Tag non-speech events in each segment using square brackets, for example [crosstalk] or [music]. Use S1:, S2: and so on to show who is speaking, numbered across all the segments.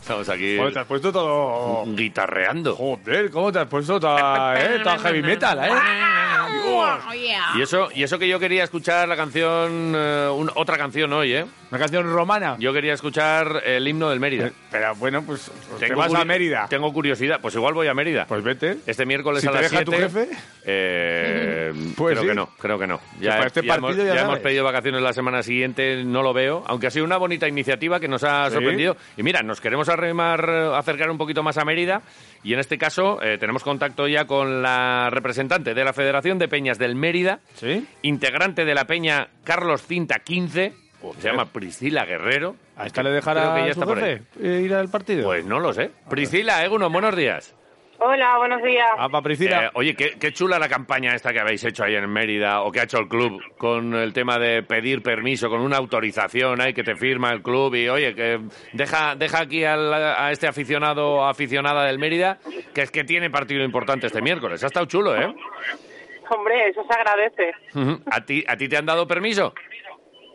S1: Estamos aquí
S2: Joder, te has puesto todo.
S1: guitarreando.
S2: Joder, ¿cómo te has puesto
S1: [laughs]
S2: tan, eh, tan heavy metal, eh? Dios.
S3: Oh, yeah.
S1: Y eso, y eso que yo quería escuchar la canción, eh, un- otra canción hoy, ¿eh?
S2: Una canción romana.
S1: Yo quería escuchar el himno del Mérida.
S2: Pero bueno, pues te vas
S1: curi-
S2: a Mérida.
S1: Tengo curiosidad, pues igual voy a Mérida.
S2: Pues vete.
S1: este miércoles
S2: Si
S1: a
S2: te
S1: las
S2: deja tu
S1: 7.
S2: jefe.
S1: eh,
S2: Pues
S1: creo
S2: sí.
S1: que no, creo que no. Ya,
S2: para este
S1: ya
S2: partido
S1: hemos,
S2: ya
S1: ya hemos
S2: sabes.
S1: pedido vacaciones la semana siguiente, no lo veo, aunque ha sido una bonita iniciativa que nos ha
S2: Sí.
S1: sorprendido. Y mira, nos queremos arrimar, eh, acercar un poquito más a Mérida y en este caso eh, tenemos contacto ya con la representante de la Federación de Peñas del Mérida
S2: ¿Sí?
S1: integrante de la peña Carlos Cinta 15, se llama Priscila Guerrero.
S2: ¿A esta le dejará
S1: Creo que ya
S2: a
S1: está
S2: su
S1: por
S2: jefe eh, ir al partido?
S1: Pues no lo sé. Priscila, Egunon, buenos días.
S4: Hola, buenos días.
S2: Ah, para
S1: Eh,
S2: Priscila.
S1: oye, qué, qué chula la campaña esta que habéis hecho ahí en Mérida o que ha hecho el club con el tema de pedir permiso, con una autorización ahí que te firma el club y oye, que deja, deja aquí al- a este aficionado o aficionada del Mérida, que es que tiene partido importante este miércoles. Ha estado chulo, ¿eh?
S4: Hombre, eso se agradece.
S1: Ujú. [laughs] ¿A ti, ¿A ti te han dado permiso?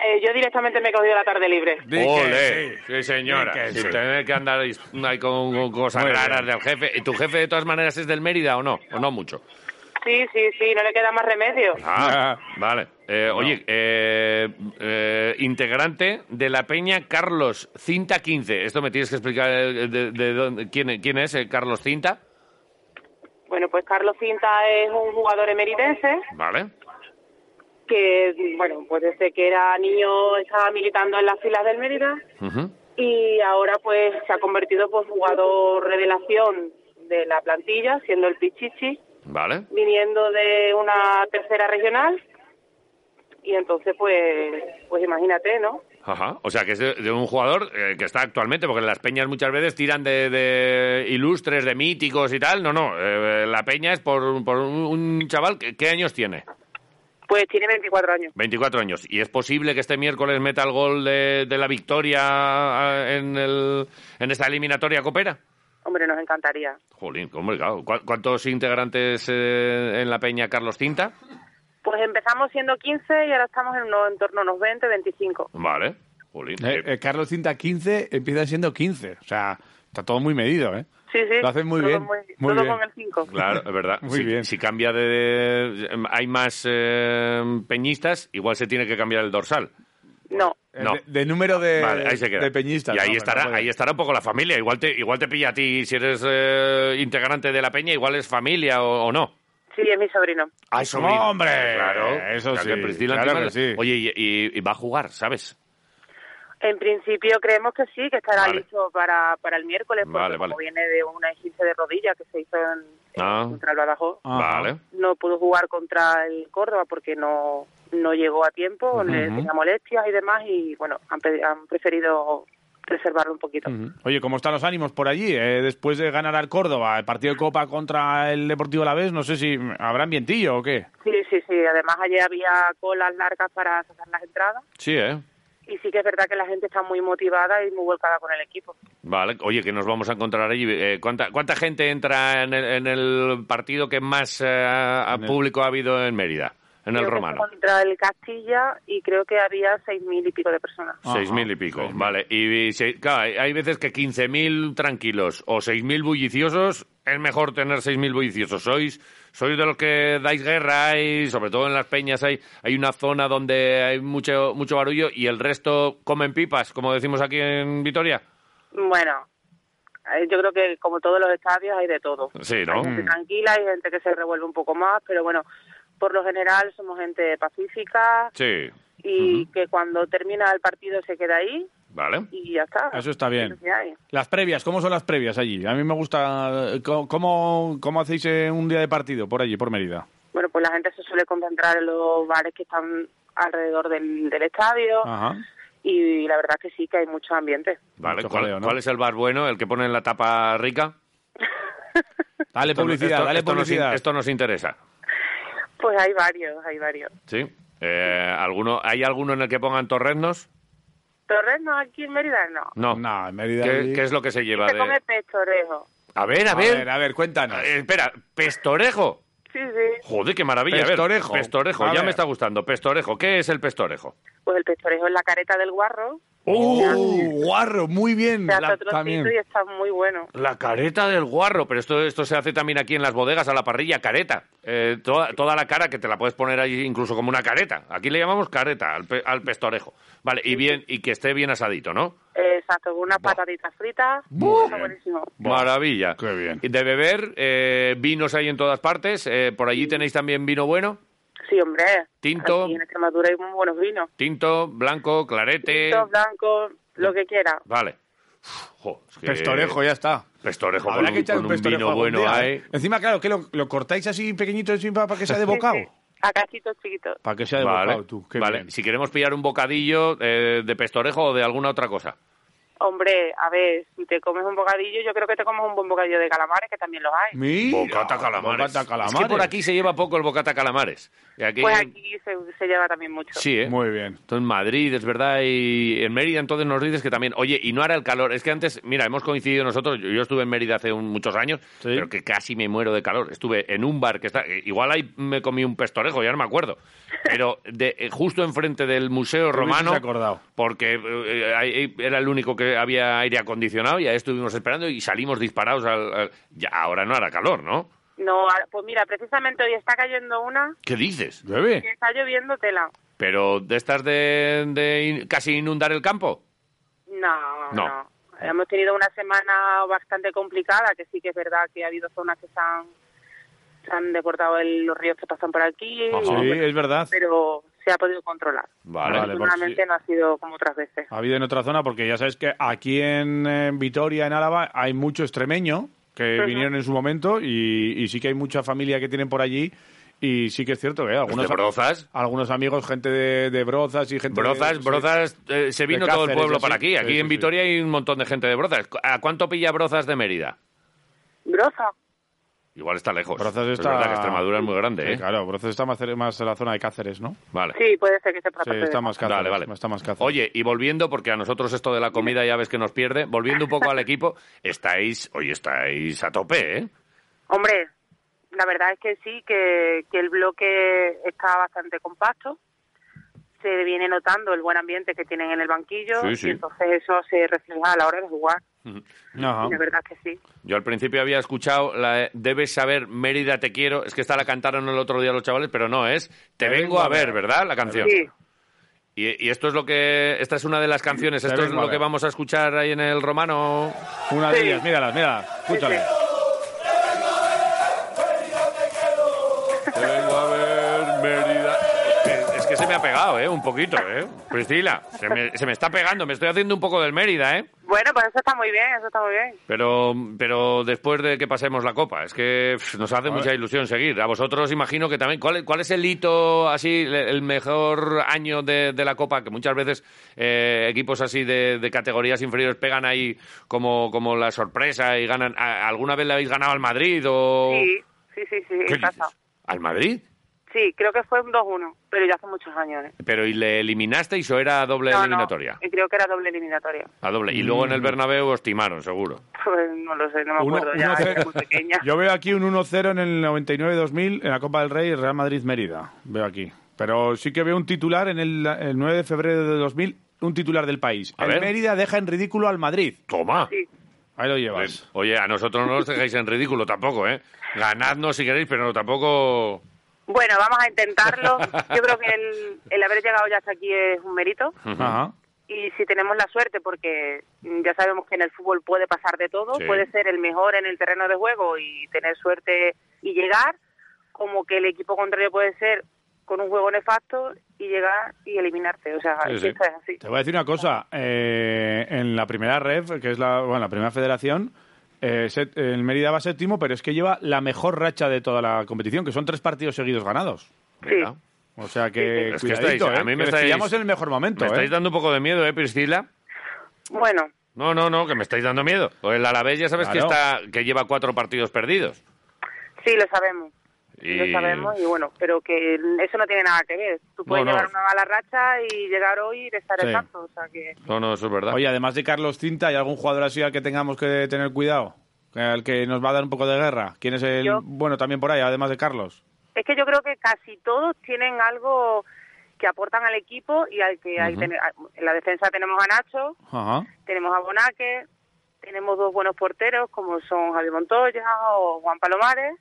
S4: Eh, yo directamente me he cogido la tarde libre.
S2: Di que
S1: Ole,
S2: sí.
S1: sí, señora.
S2: Di que
S1: Sin
S2: sí.
S1: tener que andar ahí- ahí con, con cosas
S2: Muy
S1: raras
S2: bien.
S1: del jefe. ¿Y tu jefe de todas maneras es del Mérida o no? ¿O no mucho?
S4: Sí, sí, sí, no le queda más remedio.
S1: Ah, vale. Eh, Oye, eh, eh, integrante de la peña Carlos Cinta 15. Esto me tienes que explicar eh, de, de dónde- quién, quién es eh, Carlos Cinta.
S4: Bueno, pues Carlos Cinta es un jugador emeritense
S1: Vale.
S4: que, bueno, pues desde que era niño estaba militando en las filas del Mérida
S1: Ujú.
S4: y ahora pues se ha convertido pues jugador revelación de la plantilla, siendo el Pichichi,
S1: Vale.
S4: viniendo de una tercera regional y entonces pues, pues imagínate, ¿no?
S1: Ajá. O sea, que es de, de un jugador eh, que está actualmente, porque las peñas muchas veces tiran de, de ilustres, de míticos y tal. No, no. eh, la peña es por, por un, un chaval. que- ¿Qué años tiene?
S4: Pues tiene 24 años.
S1: 24 años. ¿Y es posible que este miércoles meta el gol de, de la victoria ah, en, el, en esta eliminatoria copera?
S4: Hombre, nos encantaría.
S1: Jolín, hombre, claro. ¿Cuá- ¿Cuántos integrantes eh, en la peña Carlos Cinta?
S4: Pues empezamos siendo 15 y ahora estamos en, unos, en torno a unos 20, 25.
S1: Vale. Jolín.
S2: [laughs] Eh, eh, Carlos Cinta 15 empieza siendo 15. O sea, está todo muy medido, ¿eh?
S4: Sí, sí.
S2: Lo hacen muy
S4: todo
S2: bien, muy
S4: todo
S2: bien.
S4: con el 5.
S1: Claro, es verdad.
S2: [laughs] Muy
S1: si,
S2: bien.
S1: si cambia de, Hay más eh, peñistas, igual se tiene que cambiar el dorsal.
S4: No.
S2: Eh,
S1: No.
S2: De, de número de,
S1: Vale, ahí se queda.
S2: de peñistas.
S1: Y ahí,
S2: ¿no?
S1: estará,
S2: Bueno, bueno.
S1: ahí estará un poco la familia. Igual te, igual te pilla a ti, si eres eh, integrante de la peña, igual es familia o, o no.
S4: Sí, es mi sobrino.
S1: ¡Ay,
S2: sobrino! Ah, ¡Hombre!
S1: Claro,
S2: Eso
S1: O sea, que
S2: sí,
S1: Priscila
S2: claro
S1: encima-
S2: que sí.
S1: Oye, y, y- y va a jugar, ¿sabes?
S4: En principio creemos que sí, que estará
S1: Vale.
S4: listo para, para el miércoles, porque
S1: Vale,
S4: como
S1: vale.
S4: viene de una esguince de rodilla que se hizo en, en-
S1: Ah.
S4: contra el Badajoz,
S2: Ajá.
S1: Vale.
S4: no pudo jugar contra el Córdoba porque no no llegó a tiempo, le
S2: Ujú.
S4: tenía molestias y demás, y bueno, han, pe- han preferido reservarlo un poquito.
S2: Ujú. Oye, ¿cómo están los ánimos por allí? Eh, después de ganar al Córdoba, el partido de Copa contra el Deportivo Alavés, no sé si habrá ambientillo o qué.
S4: Sí, sí, sí. Además, ayer había colas largas para sacar las entradas.
S1: Sí, ¿eh?
S4: Y sí que es verdad que la gente está muy motivada y muy volcada con el equipo.
S1: Vale. Oye, que nos vamos a encontrar allí. Eh, ¿cuánta, ¿Cuánta gente entra en el, en el partido que más eh, a-
S2: el-
S1: público ha habido en Mérida? En el
S4: Creo que
S1: Romano.
S4: fue Contra el Castilla y creo que había seis mil y pico de personas.
S2: Ajá.
S1: Seis mil y pico,
S2: Seis mil.
S1: vale. Y, y se- claro, hay- hay veces que 15.000 tranquilos o 6.000 bulliciosos, es mejor tener 6.000 bulliciosos. Sois, sois de los que dais guerra y sobre todo en las peñas hay, hay una zona donde hay mucho, mucho barullo y el resto comen pipas, como decimos aquí en Vitoria.
S4: Bueno, eh, yo creo que como todos los estadios hay de todo.
S1: Sí, ¿no?
S4: Hay gente tranquila, hay gente que se revuelve un poco más, pero bueno, por lo general somos gente pacífica
S1: Sí,
S4: y que cuando termina el partido se queda ahí
S1: vale.
S4: y ya está.
S2: Eso está bien.
S4: Es lo que hay.
S2: Las previas, ¿cómo son las previas allí? A mí me gusta. eh, ¿Cómo, cómo, cómo hacéis eh, un día de partido por allí, por Mérida?
S4: Bueno, pues la gente se suele concentrar en los bares que están alrededor del, del estadio.
S2: Ajá.
S4: y la verdad que sí que hay mucho ambiente.
S1: Vale,
S2: Mucho
S1: ¿cuál,
S2: jaleo, ¿no?
S1: cuál es el bar bueno? ¿El que pone en la tapa rica?
S2: [laughs] Dale publicidad,
S1: Esto-
S2: dale
S1: esto nos in-
S2: publicidad.
S1: esto nos interesa.
S4: Pues hay varios, hay varios.
S1: Sí. Eh, ¿alguno, ¿Hay alguno en el que pongan torreznos?
S4: Torreznos aquí en Mérida no.
S1: No.
S2: No, en Mérida.
S1: ¿Qué,
S2: allí-
S1: qué es lo que se lleva?
S4: Se come
S1: De...
S4: pez torejo.
S1: A ver, a
S2: A ver,
S1: ver.
S2: a ver, cuéntanos.
S1: Eh, Espera, pestorejo.
S4: Sí, sí.
S1: Joder, qué maravilla. A ver,
S2: Pestorejo.
S1: pestorejo,
S2: A
S1: ya
S2: ver.
S1: me está gustando. Pestorejo, ¿qué es el pestorejo?
S4: Pues el pez torejo es la careta del guarro.
S2: ¡Uh! ¡Guarro! Muy bien.
S4: Se hace
S2: la-
S4: otro
S2: también.
S4: trocito y está muy bueno.
S1: La careta del guarro, pero esto, esto se hace también aquí en las bodegas, a la parrilla, careta. Eh, toda, toda la cara que te la puedes poner ahí incluso como una careta. Aquí le llamamos careta al, pe- al pestorejo. Vale, y bien, y que esté bien asadito, ¿no?
S4: Eh, Exacto, con unas patatitas fritas.
S2: Muy
S4: Está
S2: bien.
S4: buenísimo.
S1: Maravilla.
S2: qué bien.
S1: Y de beber, eh, vinos hay en todas partes. Eh, por allí tenéis también vino bueno.
S4: Sí, hombre.
S1: Tinto.
S4: Aquí en Extremadura hay muy buenos vinos.
S1: Tinto, blanco, clarete.
S4: Tinto, blanco, lo que quiera.
S1: Vale. Uf, jo, es que-
S2: Pestorejo, ya está.
S1: Pestorejo,
S2: Habrá
S1: con,
S2: que
S1: un,
S2: echar
S1: con
S2: un
S1: un
S2: pestorejo
S1: vino
S2: algún
S1: bueno
S2: día,
S1: hay.
S2: ¿eh? Encima, claro, que lo, lo cortáis así pequeñito encima para que sea de bocado.
S4: Sí, sí. A cachitos chiquitos.
S2: Para que sea de
S1: Vale,
S2: bocado, tú. Qué
S1: vale.
S2: bien.
S1: si queremos pillar un bocadillo eh, de pestorejo o de alguna otra cosa.
S4: Hombre, a ver, si te comes un bocadillo, yo creo que te comes un buen bocadillo de calamares, que también los hay.
S2: Mira,
S1: bocata calamares.
S2: Bocata calamares.
S1: Es que por aquí se lleva poco el bocata calamares. Y aquí-
S4: Pues aquí se, se lleva también mucho.
S1: Sí, ¿eh?
S2: Muy bien.
S1: Esto en Madrid, es verdad, y en Mérida entonces nos dices que también, oye, y no hará el calor, es que antes, mira, hemos coincidido nosotros, yo, yo estuve en Mérida hace un- muchos años,
S2: Sí.
S1: pero que casi me muero de calor, estuve en un bar que está, eh, igual ahí me comí un pestorejo, ya no me acuerdo, pero de, eh, justo enfrente del Museo Romano,
S2: hubieses acordado.
S1: porque eh, ahí era el único que había aire acondicionado y ahí estuvimos esperando y salimos disparados, al, al- ya, ahora no hará calor, ¿no?
S4: No, a- pues mira, precisamente hoy está cayendo una
S1: ¿Qué dices?
S4: que
S2: ¿Llueve?
S4: está lloviendo tela.
S1: ¿Pero de estas de, de in- casi inundar el campo?
S4: No,
S1: No.
S4: no, Hemos tenido una semana bastante complicada, que sí que es verdad que ha habido zonas que se han, se han deportado el- los ríos que pasan por aquí,
S1: Ajá. eh.
S4: y
S2: Sí,
S4: bueno,
S2: es verdad.
S4: pero se ha podido controlar.
S1: Vale. Ah.
S2: Vale, por
S4: Afortunadamente no ha sido como otras veces.
S2: Ha habido en otra zona, porque ya sabes que aquí en, eh, Vitoria, en Álava, hay mucho extremeño que
S4: Ujú.
S2: vinieron en su momento y, y sí que hay mucha familia que tienen por allí. Y sí que es cierto que hay algunos,
S1: ¿Los de Este, Brozas?
S2: algunos amigos, gente de, de Brozas y gente de-
S1: Brozas,
S2: sí.
S1: Brozas, eh, se vino todo el
S2: Cáceres,
S1: pueblo
S2: así.
S1: para aquí.
S2: Sí,
S1: Aquí
S2: sí,
S1: en
S2: sí.
S1: Vitoria hay un montón de gente de Brozas. ¿A cuánto pilla Brozas de Mérida?
S4: Grosa.
S1: Igual está lejos.
S2: Brozas
S1: Es
S2: está-
S1: verdad que Extremadura es muy grande,
S2: Sí,
S1: ¿eh?
S2: Claro, Brozas está más, cer- más en la zona de Cáceres, ¿no?
S1: Vale.
S4: Sí, puede ser que se
S2: Sí,
S4: trate
S2: está más Cáceres.
S1: Vale, vale.
S2: Está más Cáceres.
S1: Oye, y volviendo, porque a nosotros esto de la comida ya ves que nos pierde, volviendo un poco al equipo, estáis, oye, estáis a tope, ¿eh?
S4: Hombre, la verdad es que sí, que, que el bloque está bastante compacto. Se viene notando el buen ambiente que tienen en el banquillo.
S1: Sí, sí.
S4: Y entonces eso se refleja a la hora de jugar.
S2: Ajá.
S1: Ah.
S4: Y la verdad es que sí.
S1: Yo al principio había escuchado la de, debes saber Mérida te quiero, es que esta la cantaron el otro día los chavales, pero no es te, vengo a ver, ¿verdad? La canción.
S4: Sí,
S1: Y, y esto es lo que esta es una de las canciones,
S2: Te
S1: esto es
S2: vengo a
S1: lo que
S2: ver.
S1: vamos a escuchar ahí en el romano.
S2: Una de
S4: Sí.
S2: ellas, míralas, míralas. Escúchale.
S1: Te vengo a ver, Mérida. Es- Es que se me ha pegado, ¿eh? Un poquito, ¿eh? Priscila, se me, se me está pegando, me estoy haciendo un poco del Mérida, ¿eh?
S4: Bueno, pues eso está muy bien, eso está muy bien.
S1: Pero, pero después de que pasemos la copa, es que pff, nos hace mucha ilusión seguir. A vosotros imagino que también. ¿Cuál, cuál es el hito así, le- el mejor año de, de la copa? Que muchas veces eh, equipos así de, de categorías inferiores pegan ahí como, como la sorpresa y ganan. ¿A- ¿Alguna vez le habéis ganado al Madrid o...?
S4: Sí, sí, sí, sí.
S1: Oh. ¿Qué
S4: he pasado.
S1: dices? ¿Al Madrid?
S4: Sí, creo que fue un 2-1, pero ya hace muchos años. ¿eh?
S1: Pero ¿y le eliminasteis o era doble
S4: No, no,
S1: eliminatoria?
S4: y creo que era doble eliminatoria. [laughs]
S1: A doble. Y luego en el Bernabéu os timaron, seguro.
S4: Pues no lo sé, no me
S2: Uno-
S4: acuerdo. ya
S2: uno
S4: era
S2: cero.
S4: muy pequeña.
S2: [laughs] Yo veo aquí un 1-0 en el 99-2000 en la Copa del Rey Real Madrid-Mérida. Veo aquí. Pero sí que veo un titular en el, el 9 de febrero de 2000, un titular del país.
S1: A
S2: el
S1: ver.
S2: Mérida deja en ridículo al Madrid.
S1: ¡Toma!
S4: Sí.
S2: Ahí lo llevas.
S1: Oye, a nosotros no nos dejéis en ridículo tampoco, ¿eh? Ganadnos si queréis, pero tampoco...
S4: Bueno, vamos a intentarlo. Yo creo que el, el haber llegado ya hasta aquí es un mérito.
S2: Ajá.
S4: Y si tenemos la suerte, porque mm, ya sabemos que en el fútbol puede pasar de todo,
S1: Sí.
S4: puede ser el mejor en el terreno de juego y tener suerte y llegar, como que el equipo contrario puede ser con un juego nefasto y llegar y eliminarte. O sea,
S1: Sí,
S4: es
S1: sí.
S4: que esto es así.
S2: Te voy a decir una cosa. eh, en la primera ref, que es la, bueno, la primera federación, eh, se- el Mérida va séptimo, pero es que lleva la mejor racha de toda la competición, que son tres partidos seguidos ganados.
S4: Sí.
S1: Venga.
S2: O sea que,
S1: Es que estáis-
S2: cuidadito, ¿eh?
S1: a mí me
S2: que les
S1: estáis-
S2: pillamos en el mejor momento,
S1: Me estáis
S2: ¿eh?
S1: dando un poco de miedo, ¿eh, Priscila?
S4: Bueno,
S1: No, no, no, que me estáis dando miedo. O el Alavés ya sabes que
S2: Claro.
S1: está que lleva cuatro partidos perdidos.
S4: sí, lo sabemos.
S1: Y-
S4: Lo sabemos y bueno, pero que eso no tiene nada que ver. Tú puedes
S1: No, no.
S4: llevar una mala racha y llegar hoy y estar
S2: Sí.
S4: exacto. O sea que
S1: No, no, eso es verdad.
S2: Oye, además de Carlos Cinta, ¿hay algún jugador así al que tengamos que tener cuidado? Al que nos va a dar un poco de guerra. ¿Quién es el...?
S4: Yo.
S2: Bueno, también por ahí, además de Carlos.
S4: es que yo creo que casi todos tienen algo que aportan al equipo y al que hay
S1: Ujú.
S4: tener- en la defensa tenemos a Nacho,
S2: Ajá.
S4: tenemos a Bonaque, tenemos dos buenos porteros como son Javier Montoya o Juan Palomares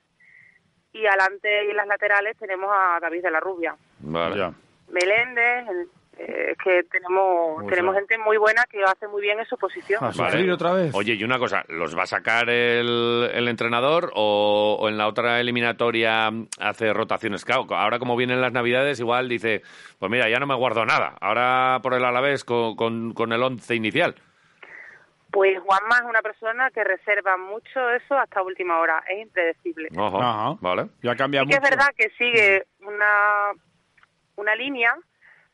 S4: y adelante y en las laterales tenemos a David de la Rubia,
S1: Vale.
S2: Ya.
S4: Meléndez, el- eh, es que tenemos
S1: Muy
S4: tenemos
S1: bien.
S4: gente muy buena que hace muy bien en su posición.
S2: Ah, Sufrir otra vez.
S1: Oye, y una cosa, ¿los va a sacar el, el entrenador o, o en la otra eliminatoria hace rotaciones? Claro, ahora como vienen las navidades, igual dice, pues mira, ya no me guardo nada. Ahora por el Alavés con, con, con el once inicial.
S4: Pues Juanma es una persona que reserva mucho eso hasta última hora, es impredecible. Sí
S1: Ojo,
S2: Ajá.
S1: Vale.
S2: Ya cambia
S4: que
S2: mucho.
S4: es verdad que sigue una, una línea,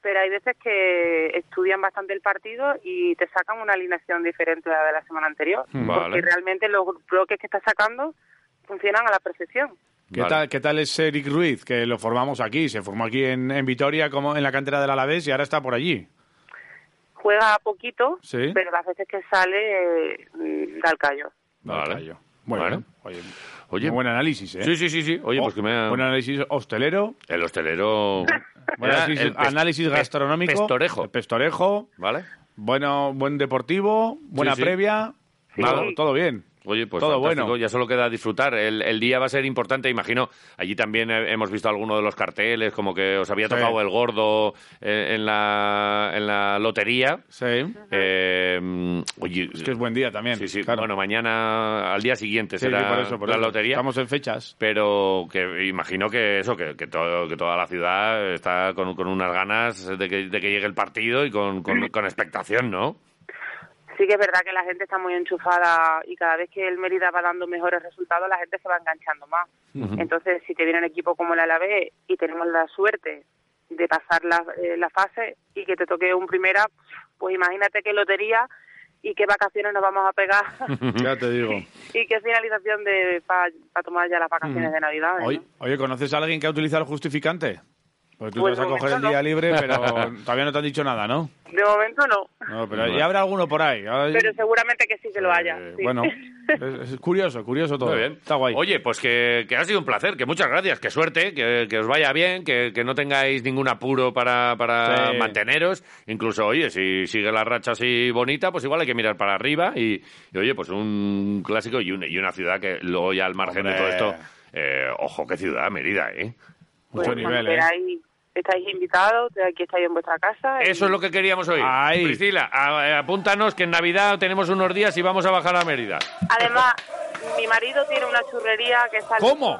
S4: pero hay veces que estudian bastante el partido y te sacan una alineación diferente a la de la semana anterior.
S2: Mm.
S1: Vale.
S4: Porque realmente los bloques que está sacando funcionan a la perfección.
S2: ¿Qué,
S1: Vale.
S2: tal, ¿Qué tal es Eric Ruiz? Que lo formamos aquí. Se formó aquí en, en Vitoria, como en la cantera del Alavés, y ahora está por allí.
S4: Juega poquito,
S2: Sí.
S4: pero las veces que sale eh, da el callo.
S1: Vale.
S2: Callo. Muy
S1: Vale.
S2: bien. Oye,
S1: Oye,
S2: muy buen análisis, ¿eh?
S1: sí, sí, sí, sí. Oye, pues que me ha-
S2: Buen análisis hostelero.
S1: El hostelero...
S2: [laughs] buen
S1: Era
S2: análisis,
S1: el pes-
S2: análisis
S1: pes-
S2: gastronómico.
S1: Pestorejo,
S2: el Pestorejo.
S1: ¿vale?
S2: Bueno, buen deportivo. Buena
S1: sí.
S2: previa.
S4: Sí.
S2: Todo, todo bien.
S1: Oye, pues
S2: todo
S1: fantástico,
S2: bueno.
S1: ya solo queda disfrutar. El, el día va a ser importante, imagino. Allí también eh, hemos visto alguno de los carteles, como que os había
S2: Sí.
S1: tocado el gordo eh, en la, en la lotería.
S2: Sí.
S1: Eh, mm, oye,
S2: Es que es buen día también.
S1: sí, sí,
S2: claro.
S1: bueno, mañana, al día siguiente
S2: Sí, sí,
S1: será
S2: por eso, por
S1: la
S2: eso.
S1: lotería.
S2: Estamos en fechas.
S1: Pero que imagino que eso, que, que, todo, que toda la ciudad está con, con unas ganas de que, de que llegue el partido y con, con- con expectación, ¿no?
S4: Sí que es verdad que la gente está muy enchufada y cada vez que el Mérida va dando mejores resultados, la gente se va enganchando más. Entonces, si te viene un equipo como el Alavés y tenemos la suerte de pasar la, eh, la fase y que te toque un primera, pues imagínate qué lotería y qué vacaciones nos vamos
S2: [laughs]
S4: a pegar
S2: Ya te digo.
S4: y qué finalización de para tomar ya las
S2: Mm.
S4: vacaciones de Navidad. ¿no?
S2: Oye, oye, ¿conoces a alguien que ha utilizado el justificante? Pues tú
S4: Pues
S2: te vas a
S4: de
S2: coger el
S4: momento
S2: día
S4: no. [laughs]
S2: libre, pero todavía no te han dicho nada, ¿no?
S4: De momento no,
S2: No, pero ya habrá alguno por ahí. Ay,
S4: pero seguramente que sí que lo haya.
S2: eh,
S4: sí. [laughs]
S2: Bueno, es, es curioso, curioso todo.
S1: Muy bien.
S2: Está guay.
S1: Oye, pues que, que ha sido un placer, que muchas gracias, que suerte, que, que os vaya bien, que, que no tengáis ningún apuro para, para
S2: Sí.
S1: manteneros. Incluso, oye, si sigue la racha así bonita, pues igual hay que mirar para arriba. Y, y, oye, pues un clásico y, un- y una ciudad que luego ya al margen de todo
S2: Hombre.
S1: esto. eh, ojo, qué ciudad, Mérida, ¿eh?
S2: Mucho
S4: Pues,
S2: nivel,
S4: cuando
S2: ¿eh?
S4: queráis, Estáis invitados, aquí estáis en vuestra casa. y-
S1: Eso es lo que queríamos oír.
S2: Ahí.
S1: Priscila, a- eh, apúntanos que en Navidad tenemos unos días y vamos a bajar a Mérida.
S4: Además, mi marido tiene una churrería que sale.
S2: ¿Cómo?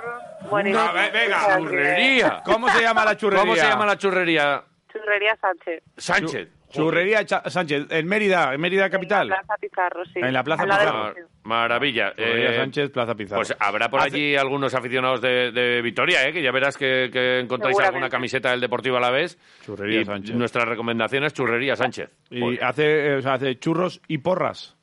S4: Buenísimo.
S1: No, ve- venga,
S4: O sea que-
S1: churrería.
S2: ¿Cómo se llama la churrería?
S1: ¿Cómo se llama la churrería?
S4: Churrería Sánchez.
S1: Sánchez.
S2: Churrería Cha- Sánchez, en Mérida, en Mérida
S4: En la
S2: capital.
S4: Plaza Pizarro, sí.
S2: En la Plaza
S4: Al lado del
S2: Pizarro.
S1: Mar-
S4: museo.
S1: Ah, Maravilla.
S2: Churrería
S1: Eh,
S2: Sánchez, Plaza Pizarro.
S1: Pues habrá por
S2: Hace-
S1: allí algunos aficionados de, de Vitoria, ¿eh? que ya verás que, que encontráis
S4: Seguramente.
S1: alguna camiseta del Deportivo a la vez.
S2: Churrería
S1: Y
S2: Sánchez.
S1: Nuestra recomendación es Churrería Sánchez. Pues,
S2: Y
S1: Joder.
S2: hace, eh, o sea, hace churros y porras.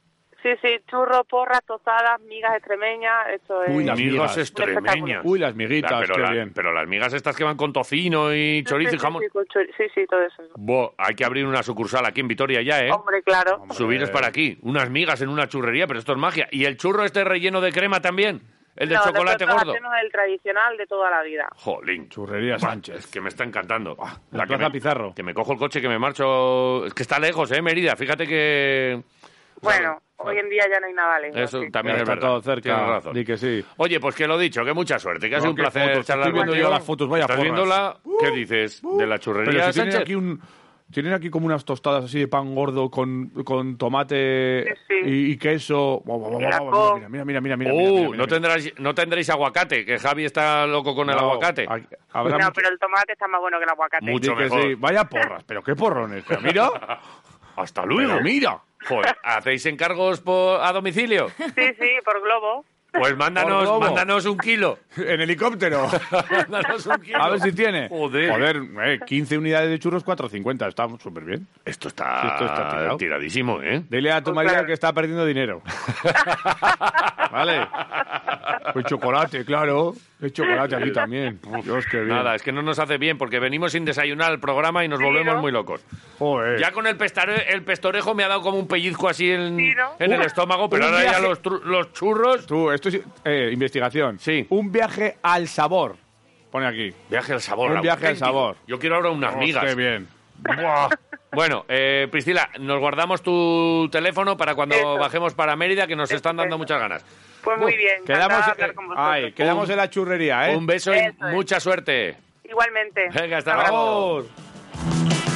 S4: Sí, sí, churros, porras, tostadas, migas extremeñas, esto es...
S2: Uy, la- las
S1: migas
S2: migas.
S1: extremeñas.
S2: Uy, las miguitas,
S1: La- pero,
S2: qué
S1: la-
S2: bien.
S1: pero las migas estas que van con tocino y
S4: Sí,
S1: chorizo
S4: sí,
S1: y jamón.
S4: Sí, con chori- sí, sí, todo eso.
S1: Buah, hay que abrir una sucursal aquí en Vitoria ya, ¿eh?
S4: Hombre, claro.
S1: Subiros para aquí. Unas migas en una churrería, pero esto es magia. ¿Y el churro este relleno de crema también? ¿El de
S4: No,
S1: chocolate
S4: nosotros
S1: gordo?
S4: hacemos el tradicional de toda la vida.
S1: Jolín.
S2: Churrería
S1: Buah,
S2: Sánchez.
S1: Es que me está encantando.
S2: la
S1: que
S2: Plaza
S1: me-
S2: Pizarro.
S1: Que me cojo el coche, que me marcho. Es que está lejos, ¿eh, Mérida? Fíjate que.
S4: Bueno, hoy en día ya no hay nada lejos.
S1: Eso
S4: sí.
S1: también es
S2: Ya está
S1: verdad.
S2: todo cerca,
S1: Tienes razón.
S2: di que sí.
S1: Oye, pues que lo dicho, que mucha suerte, que ha sido
S2: No,
S1: un
S2: qué
S1: placer
S2: fotos,
S1: charlar
S2: estoy viendo
S1: contigo.
S2: yo las fotos, vaya
S1: ¿Estás
S2: porras.
S1: viéndola? ¿Qué dices de la churrería
S2: Pero si tienen
S1: Sánchez?
S2: aquí un... Tienen aquí como unas tostadas así de pan gordo con, con tomate
S4: Sí, sí.
S2: Y, y queso. Guau, guau, guau,
S4: Mira,
S2: guau,
S4: con-
S2: Mira, mira, mira, mira, mira,
S1: Uh,
S2: mira, mira, mira.
S1: no, tendrás, no tendréis aguacate, que Javi está loco con el
S2: No,
S1: aguacate.
S2: aquí- habrá
S4: no,
S2: mucho-
S4: pero el tomate está más bueno que el aguacate.
S1: Mucho.
S2: di que
S1: mejor.
S2: sí. Vaya porras, pero qué porrones. Pero
S1: [laughs]
S2: mira,
S1: Hasta luego.
S2: pero mira.
S1: Pues, Joder, ¿hacéis encargos por- a domicilio?
S4: Sí, sí, por globo.
S1: Pues
S2: Por
S1: mándanos,
S2: globo.
S1: mándanos un kilo.
S2: En helicóptero.
S1: [laughs] mándanos un kilo.
S2: A ver si
S1: [laughs]
S2: tiene.
S1: Joder.
S2: eh, 15 unidades de churros, 4.50. Está súper bien.
S1: Esto está,
S2: Sí, esto está tirado.
S1: tiradísimo, ¿eh?
S2: Dile a tu
S4: Pues
S2: marido
S4: claro.
S2: que está perdiendo
S4: [laughs]
S2: dinero. ¿Vale? Pues chocolate, claro. Es chocolate aquí también. Dios, qué bien.
S1: Nada, es que no nos hace bien porque venimos sin desayunar al programa y nos volvemos
S4: ¿no?
S1: muy locos.
S2: Joder.
S1: Ya con el, pestare- el pestorejo me ha dado como un pellizco así en,
S4: Sí, ¿no?
S1: en el
S2: Un-
S1: estómago, pero
S2: un
S1: ahora ya
S2: viaje-
S1: los, tru- los churros.
S2: Tú, esto es eh, investigación.
S1: Sí.
S2: Un viaje al sabor. Pone aquí.
S1: Viaje al sabor.
S2: Un viaje al
S1: auténtico.
S2: sabor.
S1: Yo quiero ahora unas
S2: Oh,
S1: migas.
S2: Qué bien.
S1: Buah. Bueno, eh, Priscila, nos guardamos tu teléfono para cuando
S4: Eso.
S1: bajemos para Mérida, que nos están dando
S4: Estupendo.
S1: muchas ganas.
S4: Pues muy bien, encantada
S2: Quedamos,
S4: de
S2: eh,
S4: hablar con vosotros.
S2: ay, quedamos
S1: Un-
S2: en la churrería, ¿eh?
S1: Un beso y
S4: Eso es.
S1: mucha suerte.
S4: Igualmente.
S1: Venga, hasta
S4: Abrazo.
S1: luego.
S2: Vamos.